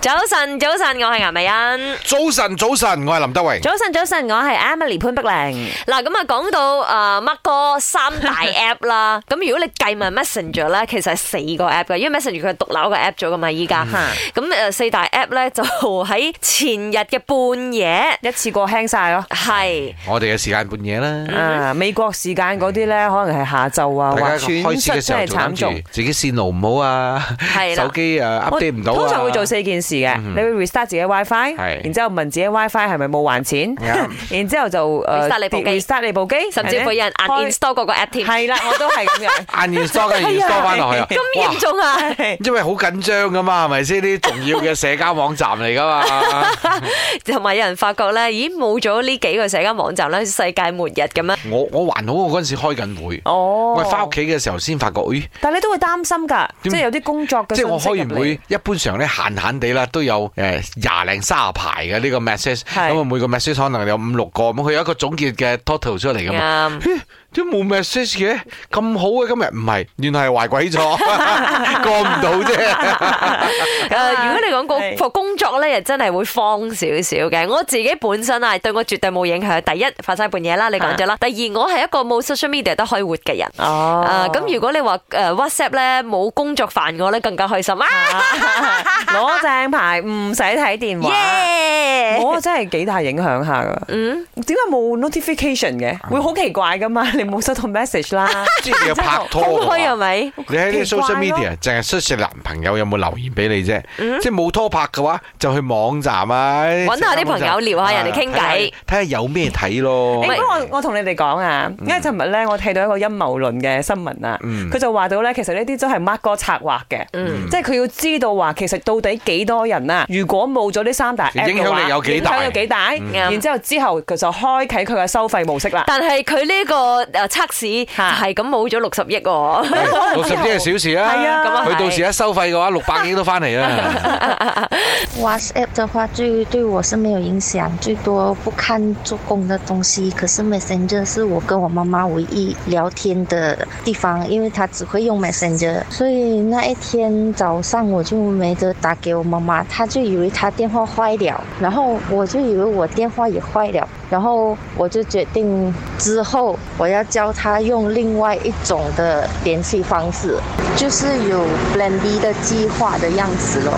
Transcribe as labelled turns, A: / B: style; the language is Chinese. A: 早晨，早晨，我係顏美欣。
B: 早晨，早晨，我系林德荣。
C: 早晨，早晨，我系 Emily 潘碧玲。
A: 嗱，咁啊講到诶 Mark 哥三大 app 啦，咁如果你計埋 Messenger 咧，其實係四個 app 嘅，因為 Messenger 佢係獨立一個 app 咗噶嘛，依家。咁诶四大 app 咧就喺前日嘅半夜，
C: 一次過輕晒咯。
A: 係
B: 我哋嘅時間半夜啦，
C: 啊，美國時間嗰啲咧，可能係下晝啊，
B: 大
C: 或
B: 家
C: 全
B: 開始
C: 失
B: 嘅時
C: 真
B: 候
C: 係
B: 仲
C: 慘
B: 諗
C: 重
B: 住。自己線路唔好啊，
A: 係啦
B: 手。機啊 update 唔到啊
C: 通常會做四件事嘅，你會 restart 自己 WiFi，
B: 係
C: 然之後問自己 WiFi 係咪冇還錢，
B: 啱
C: 然之後就呃
A: Restart 你部機
C: restart 你部機，
A: 甚至乎有人
C: 係咪
A: uninstall 嗰個 app 添，
C: 開係啦，我都係 咁樣。
B: 硬件 store 跟住 store 翻落去啊，
A: 咁
B: 哇
A: 嚴重啊！
B: 因為好緊張噶嘛，係咪先？啲重要嘅社交網站嚟 噶嘛，
A: 同埋有人發覺咧，咦冇咗呢幾個社交網站咧，世界末日咁樣。
B: 我我還好，我嗰陣時開緊會，
C: 哦，
B: 我係翻屋，企嘅時候先發覺，咦，
C: 但你都會擔心㗎，即
B: 點
C: 係有啲工作嘅
B: 即係我
C: 信息入
B: 開完
C: 嚟
B: 會，一般上咧閒閒地啦，都有誒廿零卅排嘅呢個 message，
C: 係
B: 咁啊每個 message 可能有五六個，咁佢有一個總結嘅 total 出嚟噶嘛。
A: 啱
B: 都冇 message 嘅，咁好嘅今日唔係，原來係壞鬼咗， 過唔到啫。
A: 誒、啊如果你講
C: 啊係
A: 個個工作咧，又真係會慌少少嘅。我自己本身啊，對我絕對冇影響。第一，發晒半夜啦，你講咗啦。第二，我係一個冇 social media 都可以活嘅人。
C: 啊哦
A: 啊， 咁如果你話誒、WhatsApp 咧冇工作煩我咧，更加開心啊！
C: 攞正牌唔使睇電話。
A: 耶！
C: 我真係幾大影響下噶，
A: 嗯，
C: 點解冇 notification 嘅？會好奇怪噶嘛？ 你冇收到 message 啦，
B: 即係你有拍拖
A: 空虛
B: 嘅
C: 啊
A: 係
B: 話，
A: 咪？
B: 你喺啲
C: 奇怪
B: social
C: 咯
B: media 淨係 search 你男朋友有冇留言俾你啫，即係冇拖拍嘅話，就去網站啊，
A: 嗯搵下啲朋友聊下人哋傾偈
B: 睇下睇下有咩睇咯。
C: 誒咁我我同你哋講啊，因為尋日咧我睇到一個陰謀論嘅新聞啊，
B: 嗯
C: 佢就話到咧，其實呢啲都係 Mark 哥策劃嘅，
A: 嗯
C: 即係佢要知道話其實到底幾多人啊？如果冇咗呢三大 app 嘅話
B: 影響力有幾大
C: 影響有幾大？
A: 嗯
C: 然之後之後佢就開啟佢嘅收費模式啦。
A: 但係佢呢個誒測試
C: 嚇
A: 係咁冇咗六十億喎。
B: 六十啲係小事
C: 係
B: 啊，
C: 啊
A: 咁啊係
B: 佢到時一收費嘅話，六百幾都翻嚟啦。
D: WhatsApp 的话，最对我是没有影响，最多不看做工的东西。可是 Messenger 是我跟我妈妈唯一聊天的地方，因为她只会用 Messenger，所以那一天早上我就没得打给我妈妈，她就以为她电话坏了，然后我就以为我电话也坏了，然后我就决定之后我要教她用另外一种的联系方式，就是有 Plan B 的计划的样子咯。